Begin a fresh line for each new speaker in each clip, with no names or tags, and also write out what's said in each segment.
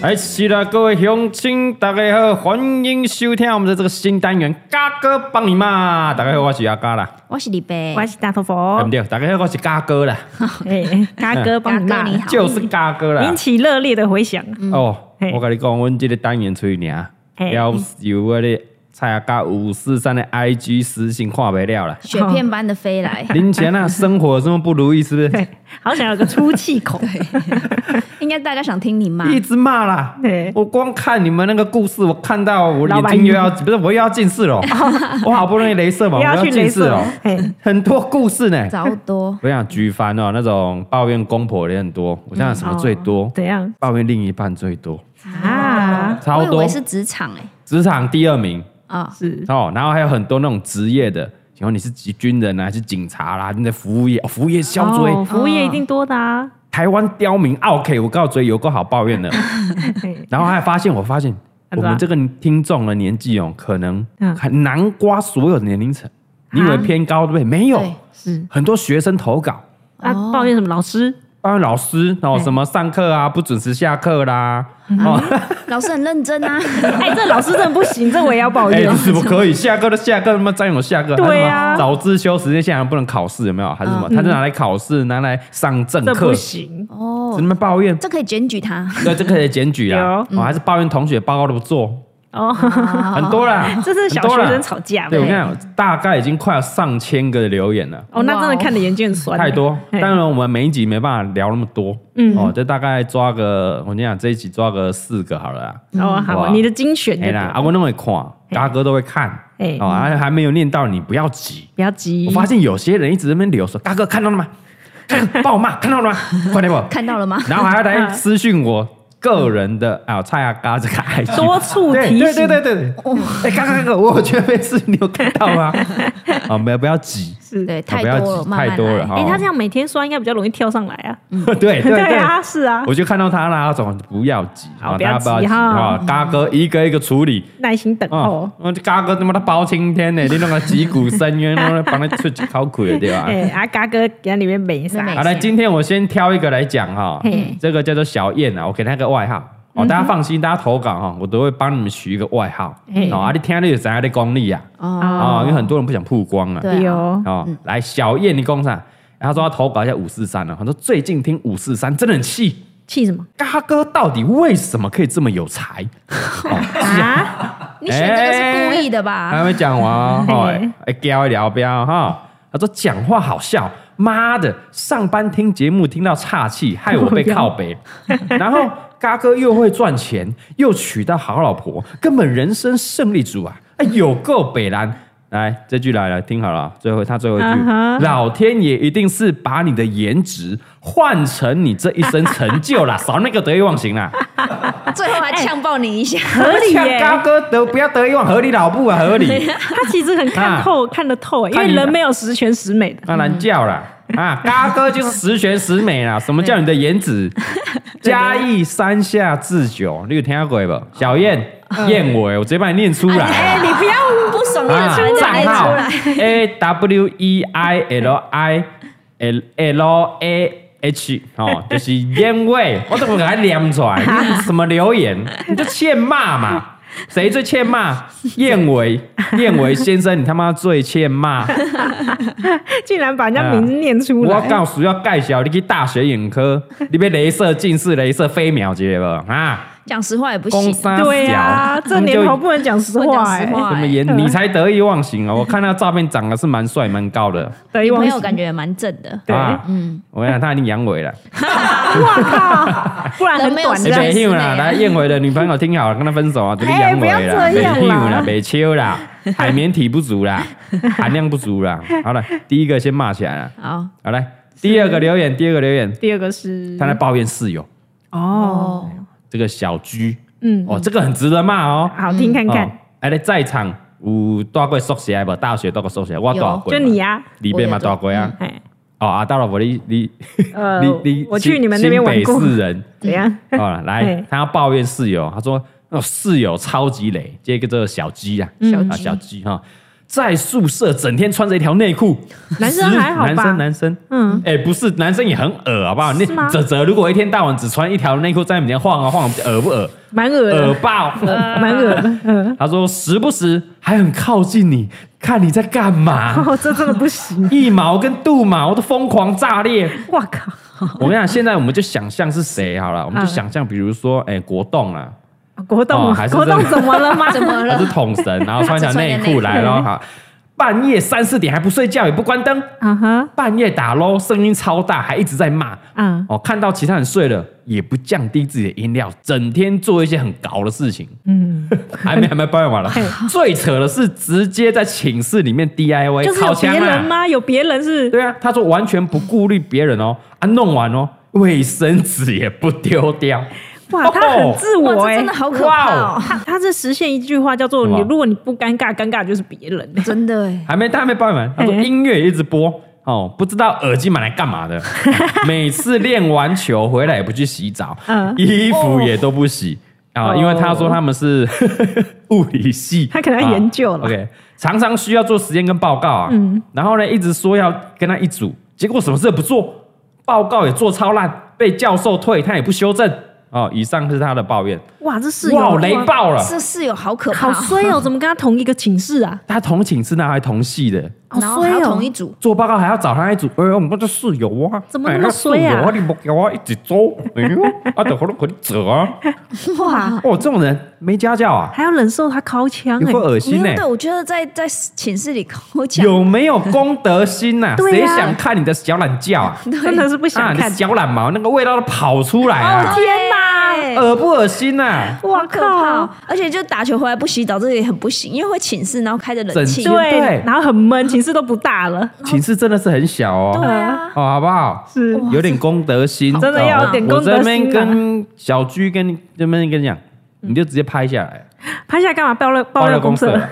哎，是啦，各位乡亲，大家好，欢迎收听我们的这个新单元《嘎哥帮你骂》。大家好，我是阿嘎啦，
我是李贝，
我是大头
对
佛
不，对？大家好，我是嘎哥啦，
哎，嘎哥帮你
嘎
骂
哥你好
就是嘎哥啦
引。起热烈的回响。
哦，
嗯嘿
我跟你讲，阮这个单元出尔，
嘿
要有我的蔡阿嘎五四三的 IG 私信看不了 啦。
雪片般的飞来，
林前啊，生活有什么不如意，是 不是？
对，好想有个出气口。
应该大家想听 你骂。
一直骂啦
对。
我光看你们那个故事，我看到我
老
眼
板
睛又要不是我又要近视 了，我好不容易镭射嘛，
不
哦我
要去
近
雷
视
射
了。，
嘿，
很多故事呢。
早多，
我想举凡哦，那种抱怨公婆的也很多。我想想什么最多？
怎样
抱怨另一半最多，
哦
啊？
超
我以
多
为。是职场哎，
职场第二名
啊，
是
哦，然后还有很多那种职业的，然后你是军人啊，还是警察啦、你在服务业，哦服务业小追、
哦服务业一定多的啊。
台湾刁民，OK，我啊告追有够好抱怨的。
哦
嘿
然后还发现，我发现
很
我
多啊
们这个年众的年纪哦，可能
嗯
很南瓜所有的年龄层，你以为偏高对不对？没有
对，
是
很多学生投稿。
啊
哦，
抱怨什么老师？
包括老师哦，
对
什么上课啊不准时下课啦，
嗯
哦，
老师很 认真啊，
哎，这老师真的不行，这我也要抱
哎
怨，。
怎么可以下课都下课，他妈占用我下课，
对
还是什
啊
么早自修时间现在还不能考试，有没有？还是什么？
嗯
他就拿来考试，拿来上正
嗯这
课
不，行，
只
哦，
能抱怨，
这可以检举他，
对，这可以检举啦，
有嗯
哦，还是抱怨同学报告都不做，
哦，
很
很
多啦，
这是小
很多啦
学生吵架呗
对我跟你讲，大概已经快要上千个留言了。
哦，那真的看得眼睛很酸，
太多，
嘿嗯
当然我们每一集没办法聊那么多，哦，就大概抓个，我跟你讲，这一集抓个四个好了啦，
哦，
哇
好，你的精选就
哎
对
啦，
了
啊，我都会看，
哎
嘎哥都会看，
嘿
哦，还还没有念到你不要急。
不要急
我。发现有些人一直在那边留说，嘎哥看到 了吗？看帮我骂，看到了吗？快点我，
看到了吗？
然后还要来私讯我个人的啊，蔡阿嘎这个 IG，
多处
对
提
对
醒哦
对对对，哎，嘎哥嘎哥，我有觉得被私讯，你有看到 吗？啊，没有，不要急，
是
对，
啊
太
不要
多了，
急，
慢慢
太多了
来
哈。
哎，他这样每天刷应该比较容易跳上来啊。
对哦 对
对
对
啊，是啊，
我就看到他啦，总不要急
好
啊，
不要
大家不要
急
急
哈
啊，嘎哥一个一个处理。
耐心等
哦
候。，
我这嘎哥他妈的包青天呢，你弄个击鼓深渊，弄个帮他出去考鬼对吧？
哎，阿嘎哥给他里面美
那美
啥？
好来，今天我先挑一个来讲哈、
嘿
这个叫做小燕啊，我给她个外号。哦，大家放心，大家投稿哈、我都会帮你们取一个外号。
嘿
哦，啊，你听了就知道你功力啊，
哦，
哦，因为很多人不想曝光啊。
对啊，
有
哦，来，小燕，你讲啥？然后她说她投稿一下五四三了，她说最近听五四三真的很气，
气 什么
嘎哥到底为什么可以这么有才？
啊？
你选这个是故意的吧？
还没讲完哦，
嘿
哦哎，聊一聊不要哈。他说讲话好笑，妈的，上班听节目听到岔气，害我被靠北。然后嘎哥又会赚钱，又娶到好老婆，根本人生胜利组啊！哎，有够北蓝。来，这句来了，听好了，最后他最后一句
嗯哼
老天爷一定是把你的颜值换成你这一生成就 啦，少那个得意忘形啦。哎
最后还呛爆你一下，
合理
像
耶，
嘎哥得不要得意忘，合理老布啊，合理。
他其实很看透，看得透，因
啊看
为
你
人没有十全十美的。
当然叫啦。
嗯
啊，嘎哥就是十全十美 啦！什么叫你的颜值？嘉义山下智久，你有听过
哦
不？小燕
嗯
燕尾，我直接把你念出来
哎，
啊。
你不要不爽念
啊
出来，念
账号
出来，
A W E I L I L L A H 哦，就是燕尾， 我怎么给他念出来？你什么留言？你就欠骂嘛！谁最欠 骂？燕尾，燕尾先生，你他妈最欠骂！
竟然把人家名字念出
啊我
来，
告诉要介绍你去大学眼 科，你要镭射近视、镭射飞秒，知道不？啊，
讲实话也不
公
行，
三小，
对
啊
呀，这年头不能讲实
不能
话，
讲实
哎
话
什么颜，你才得意忘形哦！我看他照片长得是蛮帅、蛮高的，
得意
你
忘
朋友
形。
感觉也蛮正的，
对，
啊，嗯，我想他已经阳痿 了，
哇靠，不然很短
人没有
的。
没
是
有啦，
啊
来燕尾的女朋友听好了，跟他分手 啊，这是阳
哎不要
痿啦，
这
没
样
有
啦
啦，没秋 啦，海绵体不足啦，含量不足啦。好了，第一个先骂起来了，
好
好来，第二个留言，第二个留言，
第二个是
他在抱怨室友
哦，
哦，
这个小居，
嗯，
哦，这个很值得骂哦。
好
嗯
听看
哦
看，，
哎，你在场有大过宿舍无？大学大过宿舍，我大过嘛，
就你啊呀，
里边嘛大过啊。
哎，
哦啊，大老婆，你你
呃
你你，，
我去你们那边玩
新
过
北，市人
怎样？
哦，来
嘿，
他要抱怨室友，他说哦室友超级累，这个这个小鸡啊，
嗯
小
啊
鸡
小鸡哈。在宿舍整天穿着一条内裤，
男生
十
还好吧
男生男生，
嗯，
哎、不是，男生也很恶，好不好？那
是吗
泽泽如果一天到晚只穿一条内裤在你面前晃啊晃，恶不恶？
蛮恶
恶
的，
爆！
呃
蛮恶的，嗯
他说时不时还很靠近你，看你在干 嘛，
哦，这真的不行，
腋毛跟肚毛都疯狂炸裂。
哇靠，
我跟你讲，现在我们就想象是谁好了，我们就
嗯
想象，比如说，哎、国栋啊，
国
哦
栋
还，是
国栋
这个
怎么了吗？
怎么
他是
了？
统神，然后穿一条内
只穿一条内
裤
裤
来 了哈，半夜三四点还不睡觉，也不关灯，
啊哈，
半夜打喽，声音超大，还一直在骂。
嗯
哦，看到其他人睡了，也不降低自己的音量，整天做一些很搞的事情。
嗯，哎
还没还没抱怨完了，最扯的是直接在寝室里面 DIY
就是
靠
有
枪
别人
啊！
吗？有别人是
对啊，他说完全不顾虑别人哦，啊，弄完哦，卫生纸也不丢掉，
哇，
哦
他很自我
哇，这
哎
真的。好可怕哦！
他他是实现一句话叫做
什
你
么，
如果你不尴尬，尴尬就是别人。
真的哎，
还没他还没抱怨完，他说
嘿
音乐也一直播。哦，不知道耳机买来干嘛的。 每次练完球回来也不去洗澡，
嗯
衣服也都不洗啊、
哦
因为他说他们是 物理系，
他可能在研究了
啊 OK，常常需要做实验跟报告啊。
嗯
然后呢，一直说要跟他一组，结果什么事也不做，报告也做超烂，被教授退，他也不修正。哦，以上是他的抱怨。
哇，这室
哇，
友
雷爆了！
这室友好可怕
好
哦，
衰哦，怎么跟他同一个寝室啊？
他同寝室那还同系的，
好
然后
衰
还要
哦
同一组，
做报告还要找他一组，哎呦，我们这室友啊，
怎么那么衰啊
哎那室友你不给我一起做，哎 呦，啊，等会儿我你走啊！
哇，
哦，这种人没家教啊，
还要忍受他掏枪
有
哎
够！恶
没
心
有
呢、
对，我觉得在在寝室里抠脚，
有没有公德心呐、
对
谁
啊
想看你的小懒觉啊？
真的是不
啊，
想
你
看哦
的。小懒毛那个味道都跑出来啊！呃
天哪
对
恶不恶心啊呐、
哇
哇
可怕
靠
哦！！而且就打球回来不洗澡，这个也很不行，因为会寝室，然后开着冷气。
整
对
对，
然后很闷，寝室都不大了，
寝室真的是很小
对
哦，
啊，
哦，好不好？
是
有点公德心，
真的要有点
哦
公德心
我
啊
这边跟小居跟这边跟你讲，你就直接拍下来，
拍下来干嘛？爆料爆料公
社
社，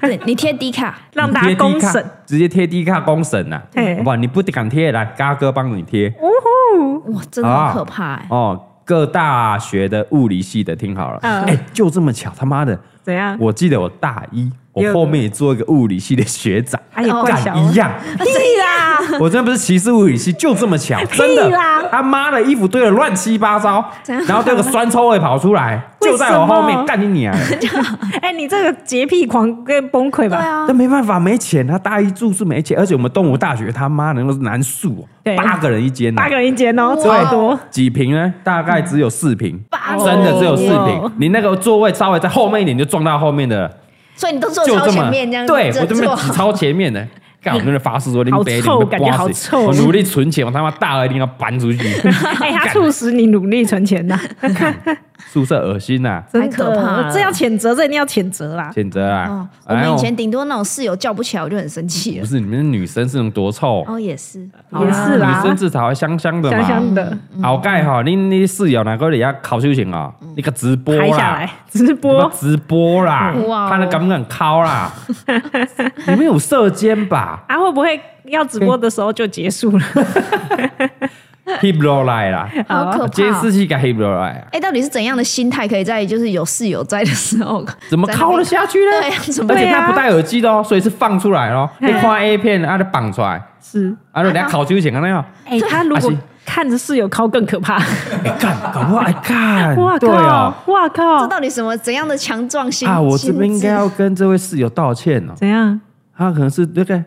对你贴低卡，
让大家公审。，
直接贴 D 卡公审呐、
嘿哦
好不好？你不敢贴，来嘎哥帮你贴
呜呼！
哇，真的
啊
好可怕哎！
哦。各大学的物理系的听好了，
嗯
哎，就这么巧，他妈的，
怎样？
我记得我大一，
有
我后面也做一个物理系的学长，
哎呀，
哦
怪
干
小
一
了
样，
屁 啦！
我真的不是歧视物理系，就这么 巧，真的
屁啦，
他妈的衣服堆的乱七八糟
怎样，
然后这个酸臭味跑出来，
为
就在我后
什
面
么
干你 娘！
哎，你这个洁癖狂跟崩溃
对
吧？
啊，
但没办法，没钱，他大一住宿没钱，而且我们东吴大学他妈的那个男宿
对，
啊八个人一间呢，啊
八个人一间
哇
哦，超多。
几平呢？大概只有四平，
八
真的只有四
哦
平，你那个座位稍微在后面一点就撞到后面的了，
所以你都坐
就
超
这
前
么
面这样，
对
这
我这边
坐
挤
好
超前面 的。干，我真的发誓说，你
好
北
臭
你被
感觉
刮
好
死，
臭
我努力存钱，我他妈大了一定要搬出去。
哎，他促使你努力存钱呐，
宿舍恶心啊呐，
太可怕了
这要谴责，这一定要谴责啦！
谴责啊
哦！，我们
呦
以前顶多那种室友叫不起来，我就很生气
不
了。
是你们是女生是能多臭，
哦，也是，
也是啦
女生至少还香香的嘛。啊
香香的，
好盖哈，你你室友哪个你要考修行啊？你个直播
嗯拍下
啦
来，直
什么
播，
直播啦
嗯哇，哦
看他敢不敢敲啦？ 你们有射箭吧
啊，会不会要直播的时候就结束了？
？Hip 落来啦，啊
好可怕
监视
哦！
器给 Hip 落来啊，
哎，到底是怎样的心态可以在就是有室友在的时候，
怎么敲了下去呢？
对啊 怎么
而且他
对啊
不戴耳机的哦，所以是放出来哦。你
嘿
看 A 片，啊，就绑出来，
是，
啊，就人家考修行啊那样。
哎，他如
啊
果
是
看着室友靠更可怕。
哎干，搞不好哎干，
哇
对哦。
靠！哇
这
靠！
到底什么怎样的强壮心
啊，我这边应该
心智
要跟这位室友道歉哦，
怎样？
他可能是那个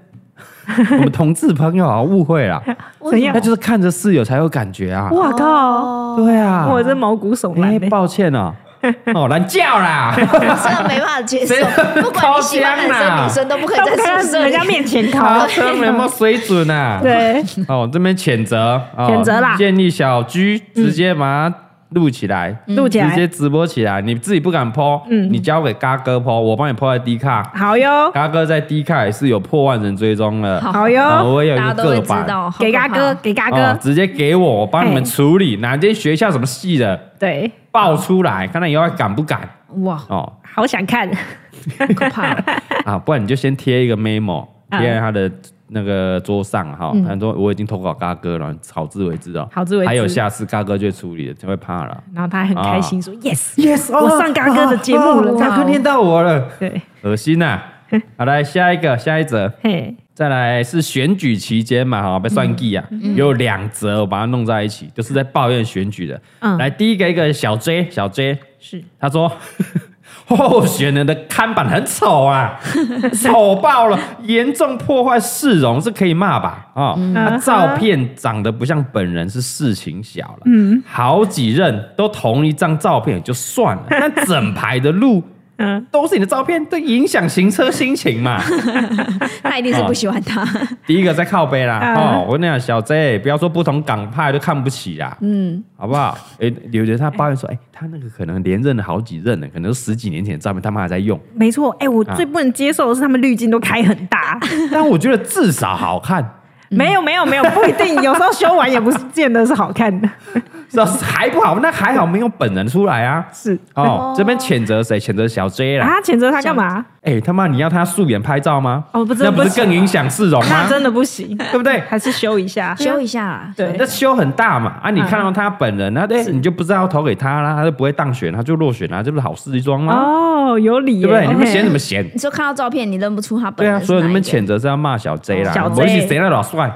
我们同志朋友啊误会 啦，
怎样
他就是看着室友才有感觉啊，
哇靠！
对啊，
我真毛骨悚然
哎，
欸
抱歉 哦，哦，难叫啦，
真的没办法接受
谁，
不管你喜欢男
高
生
腔啊
女生都不可以
都不可以
在
在
宿舍
人
里
家面前考
好，。生有没有水准啊？，
对，
哦，这边谴责，哦
谴责啦
建议小居直接把它录起来。
嗯录起
直接
来。
直播起来，你自己不敢剖，
嗯
你交给嘎哥剖，我帮你剖在 D 卡，
好哟，
嘎哥在 D 卡也是有破万人追踪了，
好
好
啊，
哟，
我也有一
大家
个
都会
个
知
版，
道，
给嘎
好
哥，
可怕
给嘎
哦
哥，
直接给我，我帮你们处理。哪间学校什么系的
对，
爆出来，看他以后还敢不敢
哇，
哦
好想看。
好可怕哦！
啊！不然你就先贴一个 memo
啊
贴在他的那个桌上哈
嗯。
他说我已经投稿嘎哥了，好自为之哦，
好自为之
还有下次嘎哥就会处理了，就会怕了。
然后他很开心说：“Yes，
啊 Yes，
哦我上嘎哥的节目了
嘎哥念到我了，
对，
恶心呐！啊好来下一个，下一则，
嘿，
再来是选举期间嘛，哈，被
嗯
算计啊，有两则我把它弄在一起，就是在抱怨选举的。
嗯
来第一个一个小 J 小 J，
是
他说 候选人的看板很丑 啊，丑爆了，严重破坏市容，这可以骂吧？啊、
嗯
哦，他照片长得不像本人是事情小了，嗯，好几任都同一张照片也就算了，那整排的路。
嗯
都是你的照片，对影响行车心情嘛。
他一定是不喜欢 他。
第一个在靠背啦，
嗯
哦，我跟你讲，小 J 不要说不同港派都看不起啦，嗯，好不好？哎、有的他抱怨说，哎、他那个可能连任了好几任了，可能是十几年前的照片，他们还在 用。
没错。哎，我
啊嗯
最不能接受的是他们滤镜都开很大，
但我觉得至少好看，
没有没有没有，不一定，有时候修完也不是见得是好看的，
是吧还不好，那还好没有本人出来啊。
是。
哦，这边谴责谁？谴责小 J 啦。
啊，谴责他干嘛？
哎、他妈，你要他素颜拍照吗？
哦不是
那不
不
是
行
更影响市容吗
那？ 真的不 行，
对不对？
还是修 一下。
修一下啦，
对嗯
那修很大嘛啊！你看到他本人，那哎，你就不知道要投给他啦，他就不会当选，他就落选啦，这不是好事一桩吗？
哦，有理耶，
对不对？你们
OK
嫌什么嫌？
你说看到照片，你认不出他本
对啊，
人是
所以
哪一个。
你们谴责是要骂小 J 啦，
哦小 J
我一起谁那老帅？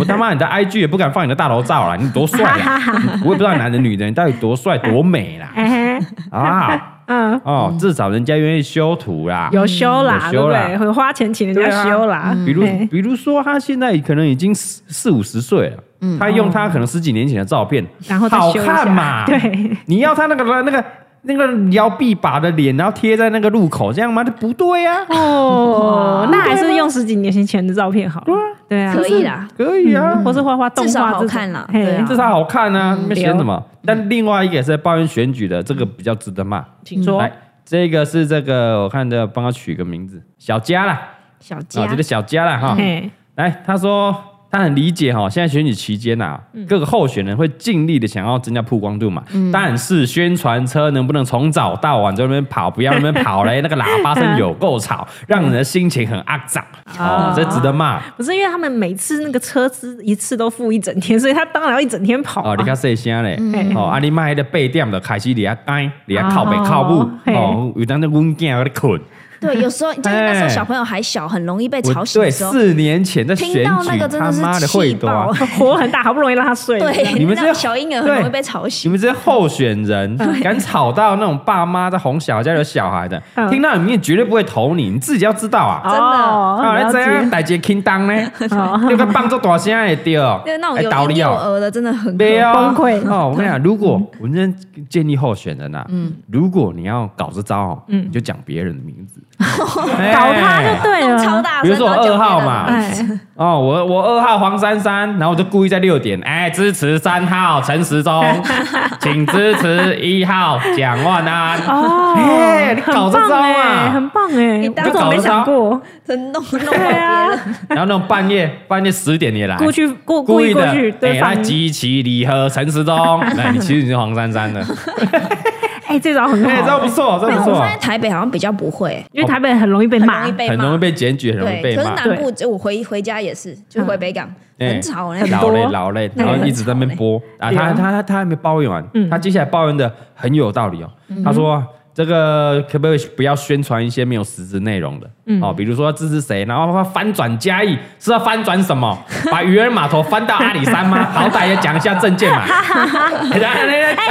我他妈你的 IG 也不敢放你的大头 照啦，你多帅呀！我也不知道男的女的，你到底多帅多美啦
哎 嘿，
啊！
嗯，
哦，至少人家愿意修图啦。
有修啦，
嗯有
对
修
不
啦
对？会花钱请人
对
家
啊
修啦，
比如
嘿，
比如说他现在可能已经四四五十岁了，
嗯
他用他可能十几年前的照片，
然后再
好
修一下
看嘛？
对，
你要他那个那个那个摇臂把的脸，然后贴在那个路口，这样吗？这不对啊呀、
嗯哦，那还
啊
是用十几年前的照片好了，对啊，
可以啦，
可以啊，
嗯或是画画动
嗯
画
至少好
这种
看啦
嘿
对啊
至少好看啊，你们嫌
对
什么？但另外一个也是在抱怨选举的，这个比较值得骂。
请嗯说
来，这个是这个，我看这帮他取个名字，小佳啦，
小佳
啊，这个小佳啦哈。
嘿，
来，他说他很理解哈，现在选举期间呐、啊，各个候选人会尽力的想要增加曝光度嘛，但是宣传车能不能从早到晚在那边跑，不要那边跑嘞，那个喇叭声有够吵，让人的心情很肮脏，哦，这值得骂。
不是因为他们每次那个车资一次都付一整天，所以他当然要一整天跑
哦，
啊
你。看细声嘞，
嗯
哦，啊，你卖的八点就开始你啊干，你啊靠北
哦
靠母，
嘿
哦，有当阵阮囝在困，
对，有时 候就是那时
哎
候小朋友还小，很容易被吵
我
醒
对
的时候，
四年前在选
听到那
举
个，真
他
的
妈
是
的会
气
多啊
爆。，
火很大，好不容易让他睡。
对，
你们
那
这
种小婴儿很容易被吵
你
醒。
们这些候选 人敢吵到那种爸妈在哄小家里有小孩的，
嗯
听到你们也绝对不会投你，你自己要知道啊。
哦
啊，
了
你
解
这样大姐轻当呢，
哦
那个棒做大声也对哦
对，，那种
哎
有
道理
婴幼
哦。
儿的真的很可
对啊，
崩溃
哦！我跟你讲，如果我们今天建议候选人啊，
嗯
如果你要搞这招哦，你就讲别人的名 字，哎搞
搞他就对
怕超
了。
大
啊
声，
比如说我
然后就
二号
变得
嘛
哎，
哦，我我二号黄珊珊，然后我就故意在六点，哎，支持三号陈时 中，请支持一号蒋万安。
哦
哎你，搞
很
这
棒
招啊
哎，很棒哎，
你
我
当
怎么没想过？
真弄弄
对啊
别人，
然后那种半夜半夜十点也来，
过去过
故
故意过
的，
去
哎，
对
来
方，
集齐礼盒陈时 中，哎，你其实你是黄珊珊的，
哎，这招很
哎，这
好，
不错，这
没有，
不
我
错
发，现台北好像比较不会，
因为台北很容易被
很
骂
容易。被
很
骂，
容易被检举，很容易
对，
被
可是
骂。
南部就我回回家也是，就回北港，
哎
很吵那
老
种。
嘞
多
老嘞，
那
然
个
后一
很
直在那边播啊，
对
他
啊嗯
他他他还没抱怨完，他接下来抱怨的很有道理哦。他说这个可不可以不要宣传一些没有实质内容的
嗯
哦，比如说支持谁，然后他翻转嘉义是要翻转什么？把渔人码头翻到阿里山吗？好歹也讲一下证 件嘛。哎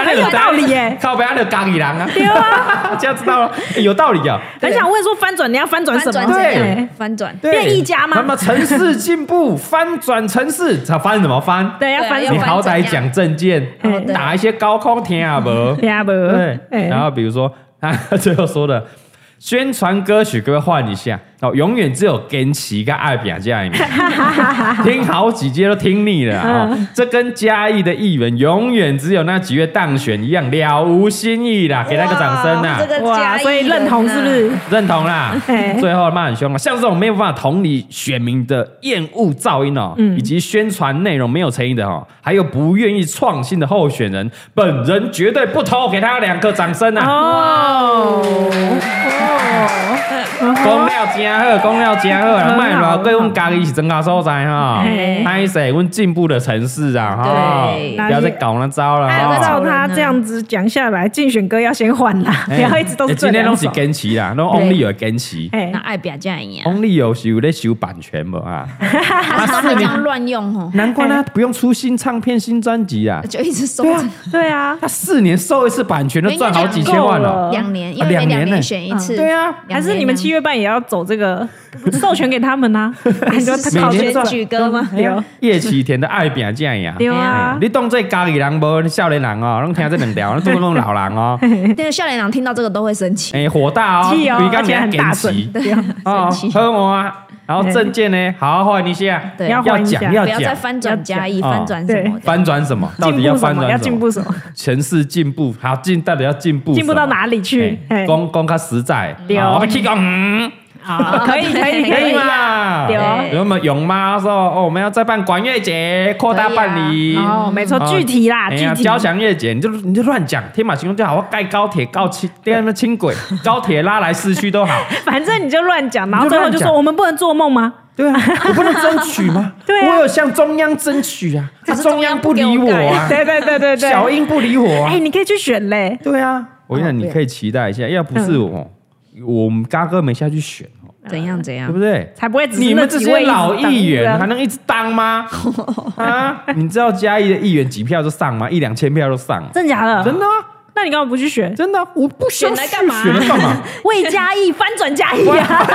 很有道理耶
靠北阿的咖喱狼啊，
对啊，
这样知道了，哎有道理啊。
很想问说翻转你要翻转
翻
什
转
么？
怎
对
样？翻转，
对
变一家吗
那么城市进步，翻转城市，他翻什么翻？
对，要
对啊
翻
要
什
你
么？
好歹讲证件
哦，
对
打一些高空听啊不？
对啊，不，
对，然
哎
后比如说他 最后说的。宣传歌曲各位换一下哦，永远只有跟奇跟爱表这样一面， 听好几届都听腻了啊、哦
嗯
这跟嘉义的议员永远只有那几位当选一样，了无新意啦，给他个掌声啊呐、
哇这个嘉
哇，
义
所以认同是不
人啊？
是？
认同 啦
嘿，
最后骂很凶啊，像这种没有办法同理选民的厌恶噪音哦，
嗯
以及宣传内容没有诚意的哦，还有不愿意创新的候选人，本人
哦
绝对不投，给他两个掌声啊！
哦，哦，
讲了真好，讲了真好 啦，
很好
卖了跟
很
阮
好
家己是真好所在 哈
嘿。
拍谁？阮进步的城市啊，哈，
对
不要再搞那招了
哎
哈
我。知道
照他这样子讲下来，竞选歌要先换啦， 不
哎
要一直都是
哎
这
今天
两
拢是
首。
跟期啦，拢 only 有跟期
哎
那，爱表这一 样，
，only 有是有在修版权无啊？
他常常这样乱用哦，
难怪 他不用出新唱片、新专辑啊，
就一直收
对
着
啊。
对啊，
他四年收一次版权都赚好几千万
够
了
了。
两年，因为
啊
每
两
两
年呢
年选一次。
对啊，
两
还
年
是你们七月半也要走这个授权给他们啊？你说
每
考
年
选
赚
举歌吗
哎呀叶启田的《爱啊拼才赢》
丢
哎
啊？
你当做家里人无，你少年人哦，拢听这两 条，都拢老人哦，
那个笑脸郎听到这个都会生气，
哎，火大哦，
气哦
比刚
而且
人
很
更
大声
急
对，
哦
生气，，
喝我啊，然后证件呢，好好换一下，
对
要
要换一下
讲
不要再
讲，
翻转加一，
要讲哦
翻转什么的。
翻转什么？到底要翻转
要
什
进
么？
步什么？
城市进步，好进，到底要进步什么？
进步到哪里去？
哎
哎
讲讲较实在，
对
哦我们去讲，嗯，
啊，可以
对
可以可
可以
以
嘛？
对哦
有没有勇妈说哦，我们要再办管乐节，扩大办理。
哦，没错
哦，
具体啦，
哎
具
呀，
体。
交响乐节，你就你就乱讲，天马行空就好。我盖高铁、高轻、电么轻轨、高铁拉来市区都好。
反正你就乱讲，
你
然后
就
最
乱
后就
讲
说我们不能做梦吗？
对啊，我不能争取吗？
对啊
我有向中央争取啊，
可是
中央不理我啊，
对对对对对，
小英不理我啊
哎，。你可以去选嘞，
对啊，我跟你讲，
哦对
你可以期待一下，要不是我，我们嘎哥没下去选哦，
怎样怎
对
样
不？对？
才不会只是
你
那
们这
几
些
位
老
一直挡啊
议员
着
还能一直当吗？ 啊，你知道嘉义的议员几票就上吗？一两千票就上了，
真假的？
真的啊、
那你干嘛不去选？
真的啊、我不想
选来干嘛
选来干 嘛？
为嘉义翻转嘉义啊！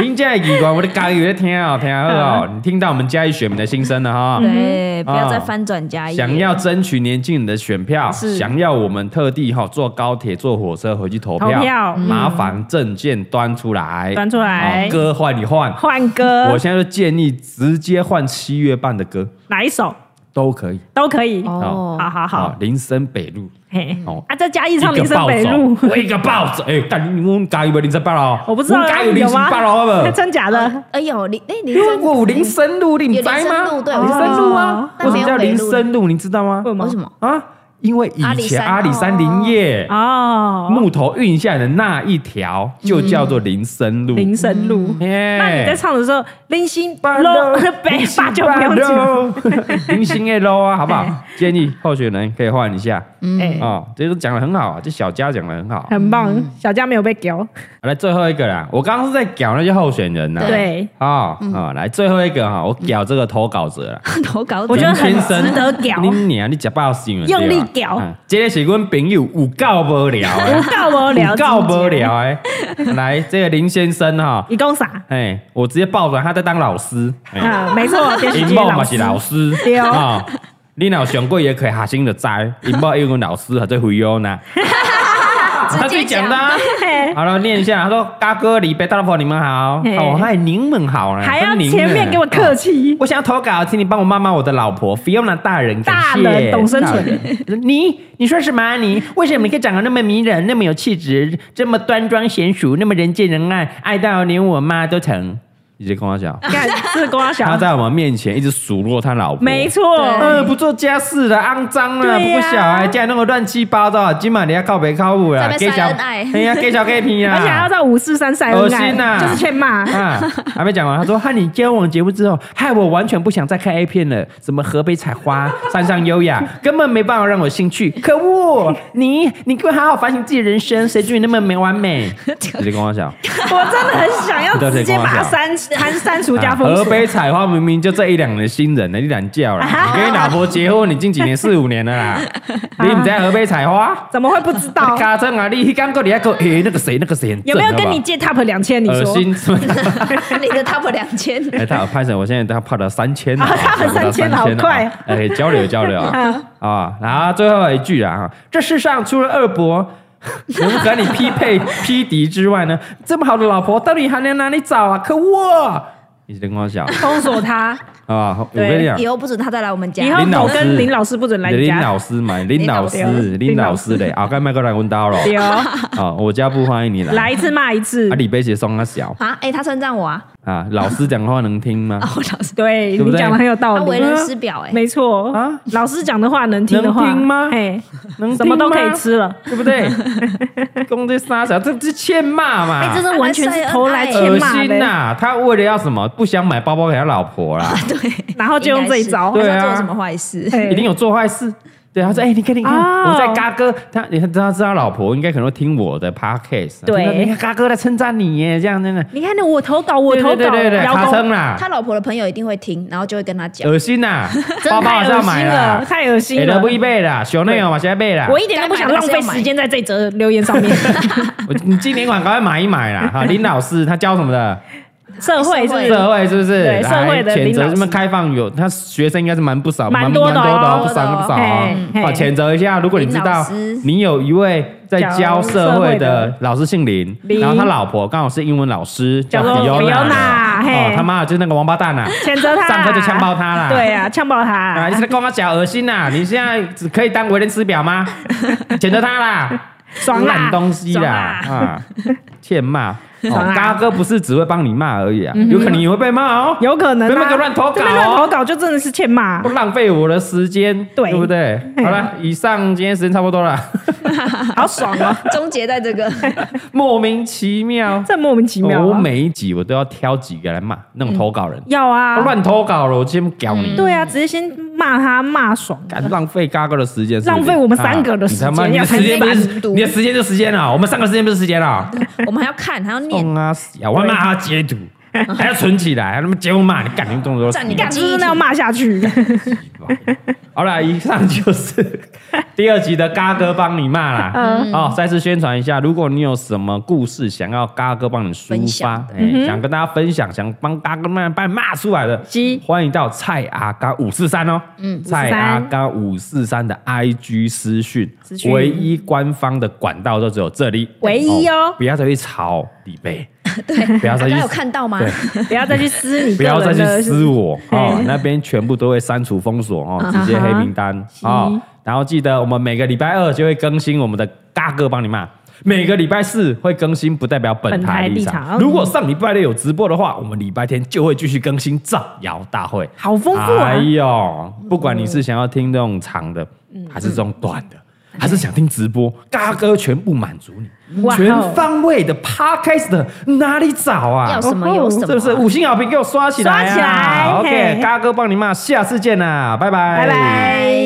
您家的议员，我的嘉义有在听哦，听好哦，
嗯
你听到我们嘉义选民的心声了哈。
对，不要再翻转加一。
想要争取年轻人的选票，
是
想要我们特地哈坐高铁、坐火车回去投票，
投票嗯
麻烦证件端出来，
端出来
好歌换一换。
换歌
我现在就建议直接换七月半的歌
哪一首
都可以。
都可以。
哦，
好好
好
好，，
啊林森北路，
嘿
哦
啊，在嘉义
一
唱
个
民生
暴
北路，
走，一个暴走。 哎，但你们家有没有林森北路？
我不知道
我们家有
啊
林
有
森
吗
北路好不 好？
真假的？
哎呦，林哎林
因为
真，
我有林森路，你
有
知道
林森
吗
路？对，
林森路啊，
但
为
没
什
有
么叫
北
林
路
森路？你知道
嗯
吗？
哦为什么？
啊，因为
阿
以
里
前
山
阿里山
哦
林业
哦，
木头运下来的那一条就叫做林森路。
林森路。
耶
嗯那你在唱的时候，林星
八
楼
路
北八九不要
嗯
紧。
紧， 零星 A low 啊，好 不好？建议候选人可以换一下
哎，
哦，这都讲的很好啊，这小佳讲的很好。
很棒，小佳没有被屌。
好来最后一个啦，我刚刚是在屌那些候选人呐。
对，
啊
嗯
啊，来最后一个哈，我屌这个投稿者啦，
投稿者，
我觉得很
林先生
值得屌
你娘，你假爆死了
用力
对吧
屌
嗯这个是阮朋友有够无聊的，
无告 无 聊，
有够无。聊哎。 来，这个林先生哈，
一共啥？
哎，我直接爆出来，他在当老师，哎
啊，没错，电视
因
剧
某
老
嘛是
师。
老师，
对哦
啊，你若上过也可以学生就知，因某英文老师还在忽悠 呢。他自己讲的啊、
嘿
好了，念一下。他说：“大哥、李贝、大老婆，你们好。
嘿
哦，嗨，您们好呢。
还要
是您呢
前面给我客气
哦我想要投稿，请你帮我骂骂我的老婆 Fiona 大人。感谢
大人懂生存
大人你你说什么、啊？你为什么你可以长得那么迷人，那么有气质，这么端庄娴熟，那么人见人爱，爱到连我妈都疼？你在跟我讲，
干是瓜
嗯他
小，
在我们面前一直数落他老婆。
没错，嗯
对
呃，不做家事了，肮脏了，不
对呀
顾小孩，家里弄个乱七八糟，今晚你要靠北靠北啦，
在那
给
边
小
晒恩爱
哎呀，给小给皮啊，
而且还要在五四三晒
恶
恩
心
爱，
呐
就是欠骂。
啊，还没讲完，他说和你交往节目之后，害我完全不想再看 A 片了，什么河北采 花、山上优雅，根本没办法让我兴趣。可恶，你你给我好好反省自己的人生，谁准你那么没完美？直接跟我讲，
我真的很想要直接把它删删删除 加封
啊河
锁。
北采花明明就这一两年新人了，你懒觉 了，你跟你老婆结婚，你近几年四五年了啦，你不在河北采花？
怎么会不知道？
卡正啊，你刚过你还给我诶、那个谁那个谁很正
有没有
好
跟
不好
你借 top 两千？你
恶
说
心？是不是
你的 top 两千，
哎， 他拍成我现在他泡到三千了，
啊他们
到
三千了好快嗯
啊哎，交流交流啊啊！然后最后一句啊，这世上除了二伯。 能和你匹配匹敌之外呢，这么好的老婆到底还能哪里找啊？可恶！你跟我讲
封锁他，
啊，我
对
跟你讲，
以后不准他再来我们家
以。后
林老
我
师
跟林老师不准来
林
家。
老师嘛，林老师
林老师，
林老师嘞，啊，刚麦过来问到了，
有
啊，我家不欢迎你来，
来一次骂一次
啊，，李贝杰送他小，
啊，哎，他称赞我啊，
啊，老师讲话能听吗？
哦，老师，
对
对不
你
对
讲的很有道
哦
他为
理，
人师表哎，
没错
啊
老师讲的话能听的话，
能听吗
哎，
能
什么都可以
听吗，
吃了，
对不 对？公这傻小，这这欠骂嘛，
哎，这是完全是投来欠
恶
骂
心
的
呐、，他为了要什么，不想买包包给他老婆 啦，
对，
然后就用这一招
应该是
呃对啊
他做了什么坏事？
哎
一定有做坏事。对，他说：“哎、你看，你看，
哦
我在嘎哥，他，你看，他知道老婆应该可能会听我的 podcast，啊
对
听到你看嘎哥在称赞你耶，这样真的，
你看，我投稿，我投稿，
对对对对对，
邀
卡
功
称啦，
他老婆的朋友一定会听，然后就会跟他 讲，
恶心呐、
真
包包
的
还是
太恶
要买
心
啦
了，，呃太恶心
也
了
哎都不。一倍啦，小内容哦嘛，现在倍啦，
我一点都不想浪费时间在这则留言 上面。
我你今年款赶快买一买啦， 哈，林老师他教什么的？
社会是不是
社会是不是？
对
来
社会的
谴
领导
责
是
这么开放有，他学生应该是蛮不少，
蛮
蛮
多的哦
蛮多的哦不少
蛮多的哦
不少哦
嘿嘿
哦。谴责一下，如果你知
林老
道
师
你有一位在教社会的老师姓林，
林
然后他老婆刚好是英文老师，
叫做 Fiona，嘿
哦他妈的就是那个王八蛋呐，
谴责 他，
上课就枪爆他啦。
对啊，呛爆他
啊！你。是在跟我讲恶心 呐？你现在只可以当为人师表吗？谴责他啦，
爽啦
烂东西啦
爽
啊！欠骂，
爽啊嗯
哦
啦
嘎哥不是只会帮你骂而已啊，有可能你会被骂哦，
有可能、啊，
不要给我乱投稿哦
这边乱投稿就真的是欠骂
不。浪费我的时间，
对
对不对？好了，以上今天时间差不多了，
好爽哦，
终结在这个
莫名其妙，
这莫名其妙、
哦我
啊。
每一集我都要挑几个来骂那种投稿人，
要啊，
乱投稿了，我今天屌你。
对啊，直接先骂他骂爽
敢浪费嘎哥的时间，是不是
浪费我们三个的时间
啊你他妈你的
要
时间不
看
是
毒
你的时间就时间了，我们三个时间不是时间了。
我们还要看，还要念，
动啊死啊！我骂他截图，还要存起来，还他妈截我骂你，干你动作都死
占你
吧
个
干就是那要骂 下去。
好了，以上就是第二集的嘎哥帮你骂啦。
嗯，
哦，再次宣传一下，如果你有什么故事想要嘎哥帮你抒
分
发
享，
哎，想跟大家分享，想帮嘎哥慢慢骂出来的
是，
欢迎到蔡阿嘎五四三哦，嗯，蔡阿嘎五四三的 IG 私讯
私，讯
唯一官方的管道就只有这里，
唯一哦
不要再去吵李贝，对，不要再
大
去
家有看到吗？
对
不要再去撕你
不
个
要再
人
去
的，
撕我哦
嘿，
那边全部都会删除封锁 哦，直接黑名单哦
啊是。
然后记得我们每个礼拜二就会更新我们的嘎哥帮你骂，每个礼拜四会更新，不代表本台立
本台立
场。
场
如果上礼拜六有直播的话，我们礼拜天就会继续更新造谣大会。
好丰富啊
哎！呦，不管你是想要听这种长的，
嗯
还是这种短的。还是想听直播，嘎哥全部满足你，
哇哦
全方位的 podcast 哪里找啊？
要什么有什么，
是不是？五星好评给我刷起来、啊！
刷起来
OK，
嘿
嘎哥帮你骂，下次见啦，拜
哎
拜拜。